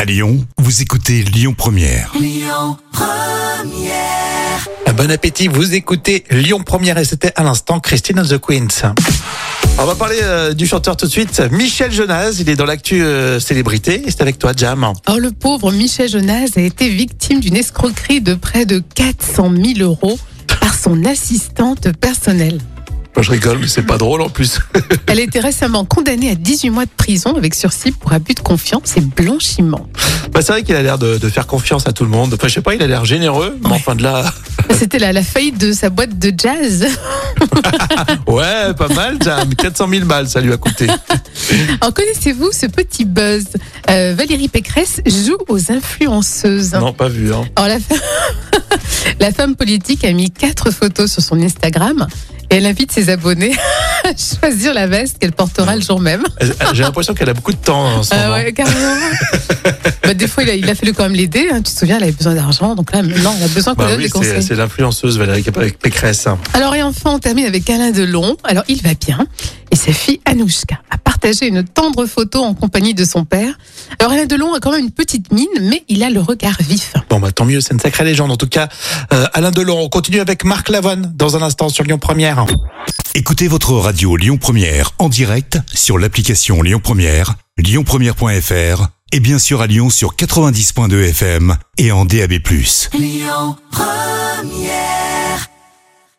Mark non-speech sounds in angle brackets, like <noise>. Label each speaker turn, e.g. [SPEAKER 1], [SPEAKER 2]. [SPEAKER 1] À Lyon, vous écoutez Lyon Première.
[SPEAKER 2] Bon appétit, vous écoutez Lyon Première et c'était à l'instant Christine of the Queens. On va parler euh, du chanteur tout de suite, Michel Jonas, il est dans l'actu euh, célébrité et c'est avec toi Jam.
[SPEAKER 3] Or, le pauvre Michel Jonas a été victime d'une escroquerie de près de 400 000 euros par son assistante personnelle.
[SPEAKER 2] Moi, je rigole, mais c'est pas drôle en plus. <laughs>
[SPEAKER 3] Elle a été récemment condamnée à 18 mois de prison avec sursis pour abus de confiance et blanchiment.
[SPEAKER 2] Bah, c'est vrai qu'il a l'air de, de faire confiance à tout le monde. Enfin je sais pas, il a l'air généreux, mais enfin de là... <laughs>
[SPEAKER 3] C'était la, la faillite de sa boîte de jazz.
[SPEAKER 2] Ouais, pas mal
[SPEAKER 3] <laughs>
[SPEAKER 2] Jam, 400 000 balles ça lui a coûté.
[SPEAKER 3] En connaissez-vous ce petit buzz Euh, Valérie Pécresse joue aux influenceuses.
[SPEAKER 2] Non, pas vu. Hein.
[SPEAKER 3] Alors, la, fe- la femme <laughs> politique a mis quatre photos sur son Instagram et elle invite ses abonnés <laughs> à choisir la veste qu'elle portera le jour même.
[SPEAKER 2] Euh, J'ai l'impression qu'elle a beaucoup de temps en ce
[SPEAKER 3] Ah
[SPEAKER 2] moment.
[SPEAKER 3] ouais, carrément. <laughs> Bah, des fois, il a, il a fallu quand même l'aider. hein. Tu te souviens, elle avait besoin d'argent. Donc là, maintenant, elle a besoin qu'on
[SPEAKER 2] Bah
[SPEAKER 3] lui donne
[SPEAKER 2] oui,
[SPEAKER 3] des
[SPEAKER 2] c'est
[SPEAKER 3] conseils.
[SPEAKER 2] c'est l'influenceuse Valérie Pécresse. hein.
[SPEAKER 3] Alors, et enfin, on termine avec Alain Delon. Alors, il va bien. Et sa fille Anouchka a partagé une tendre photo en compagnie de son père. Alors, Alain Delon a quand même une petite mine, mais il a le regard vif.
[SPEAKER 2] Bon, bah, tant mieux, c'est une sacrée légende. En tout cas, euh, Alain Delon, on continue avec Marc Lavoine dans un instant sur Lyon Première.
[SPEAKER 1] Écoutez votre radio Lyon Première en direct sur l'application Lyon Première, lyonpremière.fr et bien sûr à Lyon sur 90.2 FM et en DAB+.
[SPEAKER 4] Lyon Première